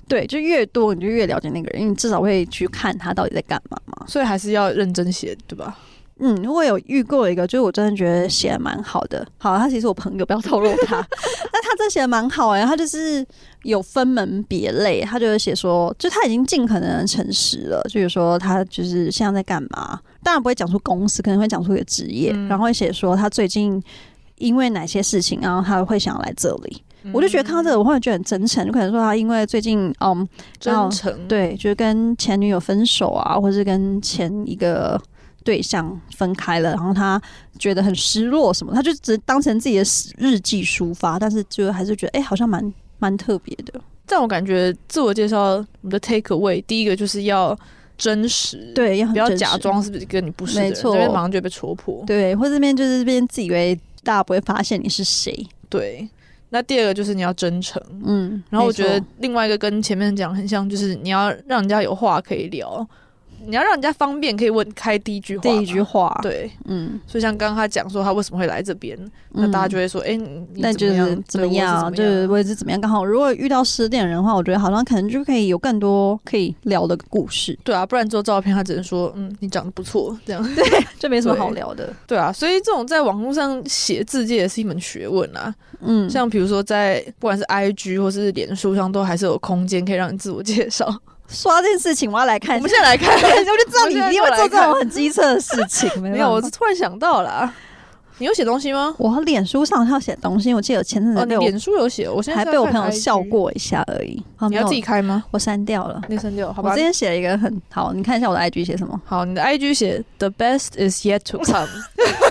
Speaker 2: 对，就越多你就越了解那个人，因为你至少会去看他到底在干嘛嘛。
Speaker 1: 所以还是要认真写，对吧？
Speaker 2: 嗯，我有遇过一个，就是我真的觉得写的蛮好的。好，他其实我朋友，不要透露他。但他真的写的蛮好哎、他就是有分门别类，他就是写说，就他已经尽可能地诚实了，就比如说他就是现在在干嘛，当然不会讲出公司，可能会讲出一个职业，
Speaker 1: 嗯
Speaker 2: 然后会写说他最近因为哪些事情，然后他会想要来这
Speaker 1: 嗯
Speaker 2: 里。我就觉得看到这个，我会觉得很真诚，就可能说他因为最近嗯然
Speaker 1: 真
Speaker 2: 后
Speaker 1: 诚，
Speaker 2: 对，就是跟前女友分手啊，或是跟前一个对象分开了，然后他觉得很失落什么，他就只当成自己的日记抒发，但是就还是觉得哎、好像蛮蛮特别的。
Speaker 1: 但我感觉自我介绍我们的 take away，第一个就是要真实，，
Speaker 2: 对，要很
Speaker 1: 不要
Speaker 2: 真实
Speaker 1: 假。装是不是跟你不是的人，
Speaker 2: 没错
Speaker 1: 因为马上就会被戳破。
Speaker 2: 对，或这边就是这边自以为大家不会发现你是谁。
Speaker 1: 对，那第二个就是你要真诚。
Speaker 2: 嗯，
Speaker 1: 然后我
Speaker 2: 没
Speaker 1: 觉
Speaker 2: 错
Speaker 1: 得另外一个跟前面讲很像，就是你要让人家有话可以聊，你要让人家方便可以问开第一句话嘛。
Speaker 2: 第一句话，，
Speaker 1: 对，
Speaker 2: 嗯，
Speaker 1: 所以像刚刚他讲说他为什么会来这边，那大家就
Speaker 2: 会。
Speaker 1: 会说，哎、你你
Speaker 2: 嗯那
Speaker 1: 怎
Speaker 2: 就
Speaker 1: 么样
Speaker 2: 是怎么
Speaker 1: 对我
Speaker 2: 样，
Speaker 1: 是
Speaker 2: 就
Speaker 1: 怎么
Speaker 2: 是我也是怎么样。刚好如果遇到失恋人的话，我觉得好像可能就可以有更多可以聊的故事，
Speaker 1: 对啊，不然做照片他只能说，嗯，你长得不错这样。
Speaker 2: 这没什么好
Speaker 1: 对
Speaker 2: 聊的。
Speaker 1: 对啊，所以这种在网络上写字界也是一门学问啊。
Speaker 2: 嗯，
Speaker 1: 像比如说在不管是 IG 或是脸书上，都还是有空间可以让你自我介
Speaker 2: [laughs]
Speaker 1: 绍。
Speaker 2: 说到这件事情，我要来看
Speaker 1: 我们
Speaker 2: 一下。
Speaker 1: 现在来
Speaker 2: [laughs]
Speaker 1: 看，
Speaker 2: 我就知道你一定会
Speaker 1: 我
Speaker 2: 做这
Speaker 1: 们现在就来
Speaker 2: 种很机车的事情，
Speaker 1: [laughs]
Speaker 2: 没
Speaker 1: 没有，我
Speaker 2: 办
Speaker 1: 是
Speaker 2: 法
Speaker 1: 突然想到了啊、你有写东西吗？
Speaker 2: 我脸书上要写东西，我记得前阵
Speaker 1: 哦，
Speaker 2: 子
Speaker 1: 你
Speaker 2: 嗯被我、
Speaker 1: 脸书有写，我现在
Speaker 2: 还
Speaker 1: 是
Speaker 2: 被我
Speaker 1: 在
Speaker 2: 朋
Speaker 1: 看
Speaker 2: 友
Speaker 1: IG
Speaker 2: 笑。过一下而已。啊
Speaker 1: 你
Speaker 2: 没
Speaker 1: 要
Speaker 2: 有
Speaker 1: 自己开吗？
Speaker 2: 我删掉了。
Speaker 1: 那删掉，好
Speaker 2: 我
Speaker 1: 吧
Speaker 2: 之。前写了一个很好，你看一下我的 IG 写什么？
Speaker 1: 好，你的 IG 写 The best is yet
Speaker 2: [laughs]
Speaker 1: to come，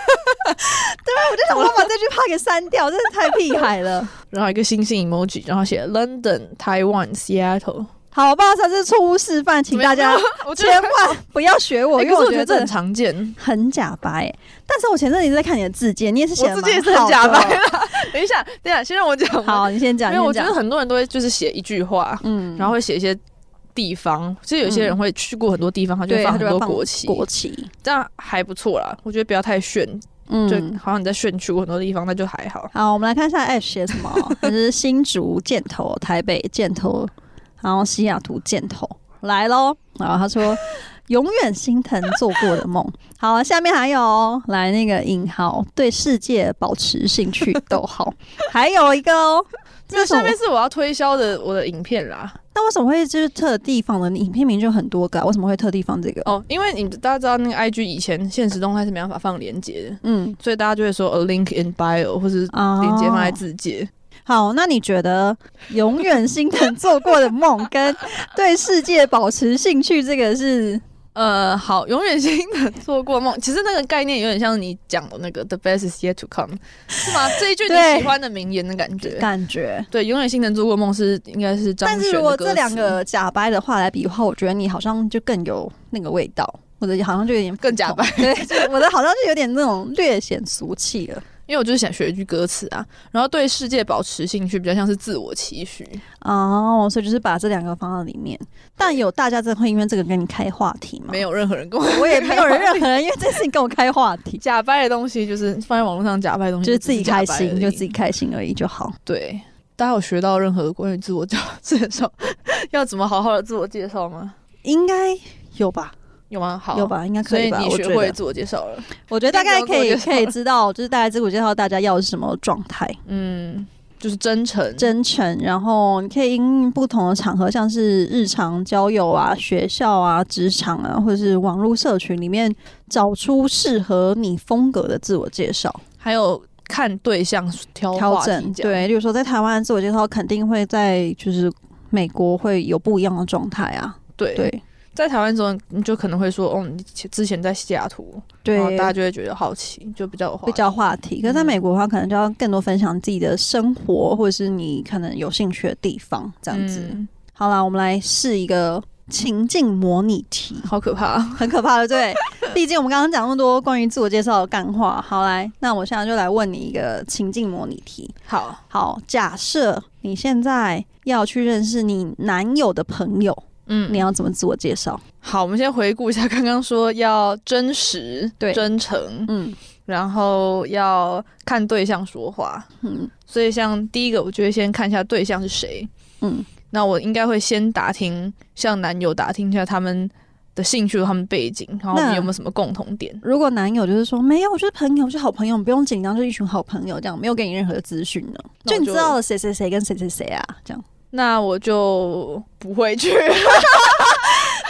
Speaker 2: 我就想 [laughs] 我把这句话给删掉，真的太屁孩了。
Speaker 1: 然后一个星星 emoji，然后写 London、Taiwan、Seattle。
Speaker 2: [laughs] 好吧，这是错误示范，请大家
Speaker 1: 我觉
Speaker 2: 千
Speaker 1: 得，
Speaker 2: 万不要学我，
Speaker 1: 哎
Speaker 2: 因
Speaker 1: 可
Speaker 2: 为
Speaker 1: 是我
Speaker 2: 觉
Speaker 1: 觉得
Speaker 2: 得这
Speaker 1: 这很常见。
Speaker 2: 很假白、但是我前阵子一直在看你的字界，你也是写的
Speaker 1: 我自己也是很假白。 [laughs] 等一下，等一下，先让我讲完。
Speaker 2: 好，你先讲，
Speaker 1: 因为我
Speaker 2: 你
Speaker 1: 觉
Speaker 2: 先
Speaker 1: 得
Speaker 2: 讲
Speaker 1: 很多人都会就是写一句话，
Speaker 2: 嗯
Speaker 1: 然后会写一些地方，其实有些人会去过很多地方，他就
Speaker 2: 嗯
Speaker 1: 会
Speaker 2: 对他
Speaker 1: 放
Speaker 2: 就
Speaker 1: 很
Speaker 2: 会
Speaker 1: 多
Speaker 2: 放
Speaker 1: 国旗，
Speaker 2: 国旗，
Speaker 1: 这样还不错啦。我觉得不要太炫，就
Speaker 2: 嗯。
Speaker 1: 好像你在炫去过很多地方，那就还好。
Speaker 2: 好，我们来看一下 Ash 写什么，哦 [laughs] 就是新竹箭头、台北箭头，然后西雅图箭头来喽。然后他说，永远心疼做过的梦。 [laughs] 好，下面还有哦来那个引号，对世界保持兴趣，逗号， [laughs] 还有一个哦，
Speaker 1: 没有，
Speaker 2: 这是我
Speaker 1: 下面是我要推销的我的影片啦。
Speaker 2: 那为什么会就是特地放的？你影片名就很多个啊、为什么会特地放这个？
Speaker 1: 哦，因为你大家知道那个 IG 以前现实动态是没办法放链接的，
Speaker 2: 嗯
Speaker 1: 所以大家就会说 a link in bio 或是
Speaker 2: 啊
Speaker 1: 链接放在字界。
Speaker 2: 好，那你觉得永远心疼做过的梦跟对世界保持兴趣，这个是
Speaker 1: 呃，好，永远新的做过梦，其实那个概念有点像你讲的那个 the best is yet to come，是
Speaker 2: [laughs]
Speaker 1: 吗？这一句
Speaker 2: 对
Speaker 1: 你喜欢的名言的感觉。
Speaker 2: 感觉？
Speaker 1: 对，永远新能做过梦是应该是张
Speaker 2: 但是
Speaker 1: 悬
Speaker 2: 如
Speaker 1: 的
Speaker 2: 果
Speaker 1: 歌
Speaker 2: 这两
Speaker 1: 词
Speaker 2: 个假掰的话来比的话，我觉得你好像就更有那个味道，或者好像就有点
Speaker 1: 更假掰，
Speaker 2: [laughs] 对，就是我的好像就有点那种略显俗气了
Speaker 1: 因为我就是想学一句歌词啊，然后对世界保持兴趣，比较像是自我期许。
Speaker 2: 哦，所以就是把这两个放到里面。但有大家真的会因为这个跟你开话题吗？
Speaker 1: 没，有任何人跟我，，
Speaker 2: 我也没有人任何人因为这事情跟我开话题
Speaker 1: [laughs] 假掰的东西，就是放在网络上假掰的东西，
Speaker 2: 就是自己
Speaker 1: 假
Speaker 2: 开
Speaker 1: 掰
Speaker 2: 心，
Speaker 1: 而
Speaker 2: 就
Speaker 1: 已
Speaker 2: 自己开心而已就好。
Speaker 1: 对。大家有学到任何关于自我介介绍， [laughs] 要怎么好好的自我介绍吗？
Speaker 2: 应该有吧？
Speaker 1: 有吗？好，
Speaker 2: 有？吧？应该
Speaker 1: 所
Speaker 2: 可
Speaker 1: 以
Speaker 2: 吧？
Speaker 1: 你
Speaker 2: 我
Speaker 1: 学
Speaker 2: 觉
Speaker 1: 会
Speaker 2: 得，
Speaker 1: 自我介绍了。
Speaker 2: 我觉得大概可
Speaker 1: 你
Speaker 2: 以
Speaker 1: 有做
Speaker 2: 可以知道，就是大概自我介绍大家要的是什么状态，
Speaker 1: 嗯，就是真诚，
Speaker 2: 真诚，然后你可以因应不同的场合，像是日常交友啊、学校啊、职场啊，或者是网络社群里面找出适合你风格的自我介绍。
Speaker 1: 还有看对象挑
Speaker 2: 调
Speaker 1: 话题
Speaker 2: 整，
Speaker 1: 讲，
Speaker 2: 对，例如说在台湾自我介绍肯定会在就是美国会有不一样的状态啊，
Speaker 1: 对
Speaker 2: 对
Speaker 1: 在台湾的时候，你就可能会说，哦，你之前在西雅图，然后
Speaker 2: 对，
Speaker 1: 哦大家就会觉得好奇，就比较有话
Speaker 2: 比较话题。可是在
Speaker 1: 嗯
Speaker 2: 美国的话，可能就要更多分享自己的生活，或者是你可能有兴趣的地方这
Speaker 1: 这
Speaker 2: 样子。
Speaker 1: 嗯、
Speaker 2: 好啦，我们来试一个情境模拟题， [laughs]
Speaker 1: 好可怕。
Speaker 2: 很可怕的，对。
Speaker 1: [laughs]
Speaker 2: 毕竟我们刚刚讲那么多关于自我介绍的干话，好来，那我现在就来问你一个情境模拟题。
Speaker 1: 好，
Speaker 2: 好，假设你现在要去认识你男友的朋友，
Speaker 1: 嗯
Speaker 2: 你要怎么自我介绍？
Speaker 1: 好，我们先回顾一下刚刚说要真实、
Speaker 2: 对
Speaker 1: 真诚，
Speaker 2: 嗯
Speaker 1: 然后要看对象说话。
Speaker 2: 嗯
Speaker 1: 所以，像第一个，我就会先看一下对象是谁。
Speaker 2: 嗯，
Speaker 1: 那我应该会先打听，向男友打听一下他们的兴趣、他们背景，然后我
Speaker 2: 那
Speaker 1: 们有没有什么共同点。
Speaker 2: 如果男友就是说没有，就是朋友，就是好朋友，不用紧张，就是一群好朋友这样，没有给你任何资讯呢，
Speaker 1: 那
Speaker 2: 就
Speaker 1: 我
Speaker 2: 你
Speaker 1: 就
Speaker 2: 知道了谁谁谁跟谁谁谁啊，这样
Speaker 1: 那我就不会去， [laughs]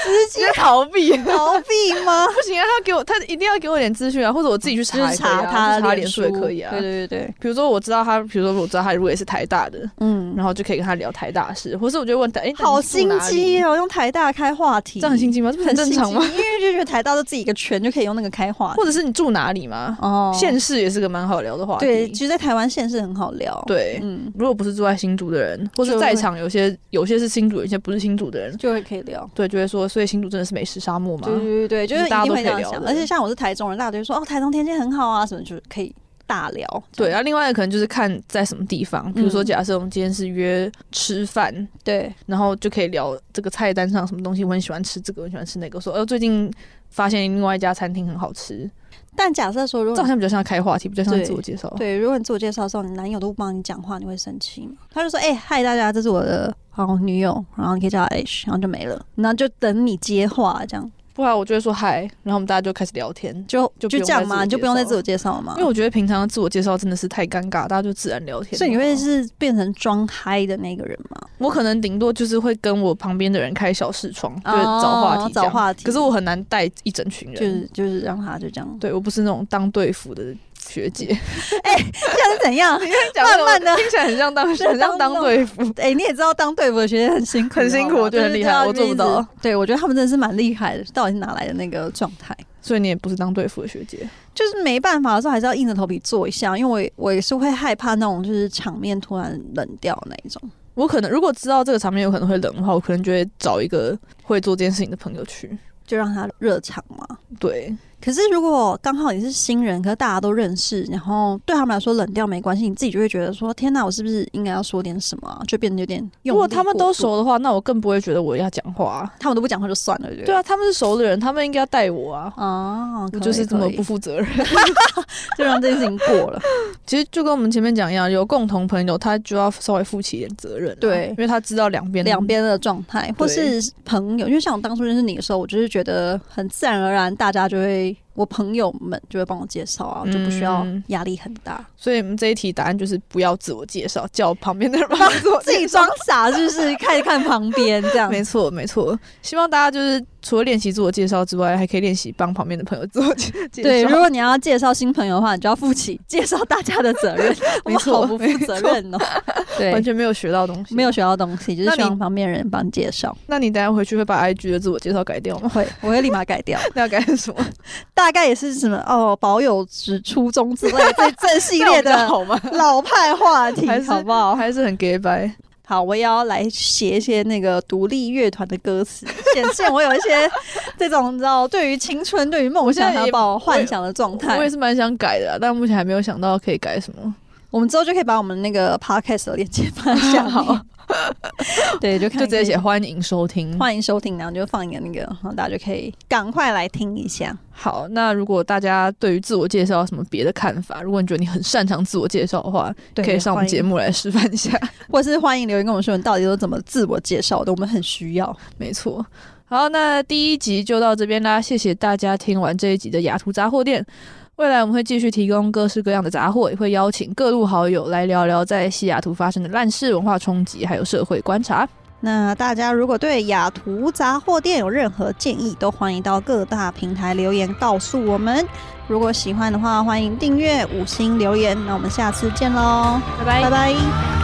Speaker 1: 直接 [laughs] 逃避。
Speaker 2: 逃避吗？
Speaker 1: 不行啊，他给我，他一定要给我点资讯啊，或者我自己去查
Speaker 2: 就
Speaker 1: 也
Speaker 2: 是
Speaker 1: 可以啊、
Speaker 2: 嗯查他
Speaker 1: 我去查
Speaker 2: 脸
Speaker 1: 脸
Speaker 2: 书
Speaker 1: 书也可以啊
Speaker 2: 对。对对对，
Speaker 1: 比如说我知道他，比如说我知道他如果也是台大的，
Speaker 2: 嗯，
Speaker 1: 然后就可以跟他聊台大的事，或是我就问他，哎、
Speaker 2: 好心机
Speaker 1: 哦，
Speaker 2: 哦，用台大开话题，
Speaker 1: 这样很心机吗？这不是很正常吗
Speaker 2: 很？心机因为就觉得台大都自己一个圈就可以用那个开话题
Speaker 1: 或者是你住哪里吗？
Speaker 2: 哦
Speaker 1: 县市也是个蛮好聊的话题。
Speaker 2: 对，其实，在台湾县市很好聊，，
Speaker 1: 对
Speaker 2: 嗯，
Speaker 1: 如果不是住在新竹的人，或
Speaker 2: 就会
Speaker 1: 是在场有些有些是新竹，有些不是新竹的人，
Speaker 2: 就会可以聊。
Speaker 1: 对，就会说，所以新竹真的是美食沙漠吗？
Speaker 2: 对对对对，就是
Speaker 1: 是
Speaker 2: 一
Speaker 1: 大家
Speaker 2: 定
Speaker 1: 都
Speaker 2: 会
Speaker 1: 可
Speaker 2: 这样
Speaker 1: 以聊
Speaker 2: 想。
Speaker 1: 的
Speaker 2: 而且像我是台中人，大家就会说哦，台中天气很好啊，什么就是可以大聊。
Speaker 1: 对啊，另外可能就是看在什么地方，比如说
Speaker 2: 嗯
Speaker 1: 假设我们今天是约吃饭，
Speaker 2: 对，
Speaker 1: 然后就可以聊这个菜单上什么东西，我很喜欢吃这个，我很喜欢吃那个，说呃最近发现另外一家餐厅很好吃，
Speaker 2: 但假设说，如
Speaker 1: 这好
Speaker 2: 果
Speaker 1: 像比较像开话题，比较像
Speaker 2: 对
Speaker 1: 自我介绍。
Speaker 2: 对，如果你自我介绍的时候，你男友都不帮你讲话，你会生气吗？他就说：“哎、嗨，大家，这是我的好女友，然后你可以叫她 H，然后就没了，然后就等你接话，这样
Speaker 1: 不然啊我就会说嗨，然后我们大家就开始聊天，
Speaker 2: 就
Speaker 1: 就不
Speaker 2: 就
Speaker 1: 用
Speaker 2: 这样
Speaker 1: 再自我
Speaker 2: 嘛，你就不用再
Speaker 1: 介绍
Speaker 2: 自我介绍了嘛
Speaker 1: 因为。我觉得平常的自我介绍真的是太尴尬，大家就自然聊天。
Speaker 2: 所以你会，是变成装嗨的那个人吗？
Speaker 1: 我可能顶多就是会跟我旁边的人开小视窗，就是
Speaker 2: 哦
Speaker 1: 找话题这
Speaker 2: 找
Speaker 1: 样，
Speaker 2: 话题。
Speaker 1: 可是我很难带一整群人，
Speaker 2: 就是就是让他就这样。 [laughs]
Speaker 1: 对我不是那种当队服的学 [laughs] 姐，
Speaker 2: 这样是怎
Speaker 1: [laughs]
Speaker 2: 样？
Speaker 1: 你看讲什么
Speaker 2: 慢慢地
Speaker 1: 听起来很像当 [laughs] 很像当队服，
Speaker 2: 哎、你也知道当队服的学生很辛苦，
Speaker 1: 很辛苦
Speaker 2: 好不好
Speaker 1: 我觉得很厉害
Speaker 2: 就是
Speaker 1: 我做不到
Speaker 2: 这样一直。对，我觉得他们真的是蛮厉害的，到底是哪来的那个状态？
Speaker 1: 所以你也不是当队服的学姐。
Speaker 2: 就是没办法的时候，还是要硬着头皮做一下，因为我也我也是会害怕那种就是场面突然冷掉那一种。
Speaker 1: 我可能如果知道这个场面有可能会冷的话，我可能就会找一个会做这件事情的朋友去。
Speaker 2: 就让他热场嘛。
Speaker 1: 对，
Speaker 2: 可是如果刚好你是新人，可是大家都认识，然后对他们来说冷掉没关系，你自己就会觉得说：天哪，我是不是应该要说点什么啊、就变得有点用
Speaker 1: 如果
Speaker 2: 力
Speaker 1: 他们都
Speaker 2: 过度，
Speaker 1: 熟的话，那我更不会觉得我要讲话啊、
Speaker 2: 他们都不讲话就算了，对不
Speaker 1: 对啊，他们是熟的人，他们应该要带我啊。
Speaker 2: 啊，
Speaker 1: 我
Speaker 2: 可以
Speaker 1: 就是这么
Speaker 2: 可以 [laughs]
Speaker 1: 不负责任。
Speaker 2: 就让这件事情过了。
Speaker 1: 其实就跟我们前面讲一样，有共同朋友，他就要稍微负起一点责任啊、
Speaker 2: 对
Speaker 1: 因为他知道两边
Speaker 2: 两边的状态，或
Speaker 1: 对
Speaker 2: 是朋友，因为像我当初认识你的时候，我就是觉得很自然而然，大家就会，我朋友们就会帮我介绍啊，我就不需要
Speaker 1: 嗯
Speaker 2: 压力很大，
Speaker 1: 所以我们这一题答案就是不要自我介绍，叫旁边的人帮你自我
Speaker 2: [laughs] 自己
Speaker 1: 介绍
Speaker 2: 装。傻是不是？ [laughs] 看一看旁边这样，
Speaker 1: 哦没错，没错。希望大家就是除了练习自我介绍之外，还可以练习帮旁边的朋友自我介介绍。[laughs]
Speaker 2: 对，如果你要介绍新朋友的话，你就要负起介绍大家的责任。
Speaker 1: [laughs]
Speaker 2: 我
Speaker 1: 没
Speaker 2: 们
Speaker 1: 错
Speaker 2: 好不负责
Speaker 1: [laughs]
Speaker 2: 任哦。
Speaker 1: 完
Speaker 2: 对，
Speaker 1: 全没有学到东西，
Speaker 2: 没有。学到东西，就是
Speaker 1: 那
Speaker 2: 希
Speaker 1: 你
Speaker 2: 望旁边的人帮你介绍。
Speaker 1: 那你等一下回去会把 IG 的自我介绍改
Speaker 2: [laughs]
Speaker 1: 掉吗？
Speaker 2: 会，我会立马改掉。
Speaker 1: 那要改成什 [laughs] 么？
Speaker 2: [laughs] 大概也是什么哦，保有只初衷之类的
Speaker 1: [laughs]
Speaker 2: 这这系列
Speaker 1: 这样比较
Speaker 2: 的
Speaker 1: 好吗？
Speaker 2: 老派话题
Speaker 1: 还，是
Speaker 2: 好不 [laughs] 好？
Speaker 1: 还是很 gay 白。
Speaker 2: 好，我也要来写一些那个独立乐团的歌词，显现我有一些这种你知道，对于青春、对于梦
Speaker 1: 现在
Speaker 2: 想还
Speaker 1: 也
Speaker 2: 有把我
Speaker 1: 我
Speaker 2: 幻
Speaker 1: 也
Speaker 2: 想的状态
Speaker 1: 我。也是蛮想改的啊、但目前还没有想到可以改什么。
Speaker 2: 我们之后就可以把我们那个 podcast 的链接放在下
Speaker 1: 好
Speaker 2: 面。 [laughs] 对，就看
Speaker 1: 就直接
Speaker 2: 可以
Speaker 1: 写欢迎收听。
Speaker 2: 欢迎收听，然后就放一个那个，然后大家就可以赶快来听一下。
Speaker 1: 好，那如果大家对于自我介绍有什么别的看法，如果你觉得你很擅长自我介绍的话，
Speaker 2: 对，
Speaker 1: 可以上我们节
Speaker 2: 目，
Speaker 1: 目来示范一下。
Speaker 2: 或是欢迎留言跟我们说你到底都怎么自我介绍的，我们很需要。
Speaker 1: 没错。好，那第一集就到这边啦，谢谢大家听完这一集的雅图杂货店。未来我们会继续提供各式各样的杂货，也会邀请各路好友来聊聊在西雅图发生的烂事、文化冲击，还有社会观察。
Speaker 2: 那大家如果对雅图杂货店有任何建议，都欢迎到各大平台留言告诉我们。如果喜欢的话，欢迎订阅、五星留言。那我们下次见喽，
Speaker 1: 拜拜
Speaker 2: 拜拜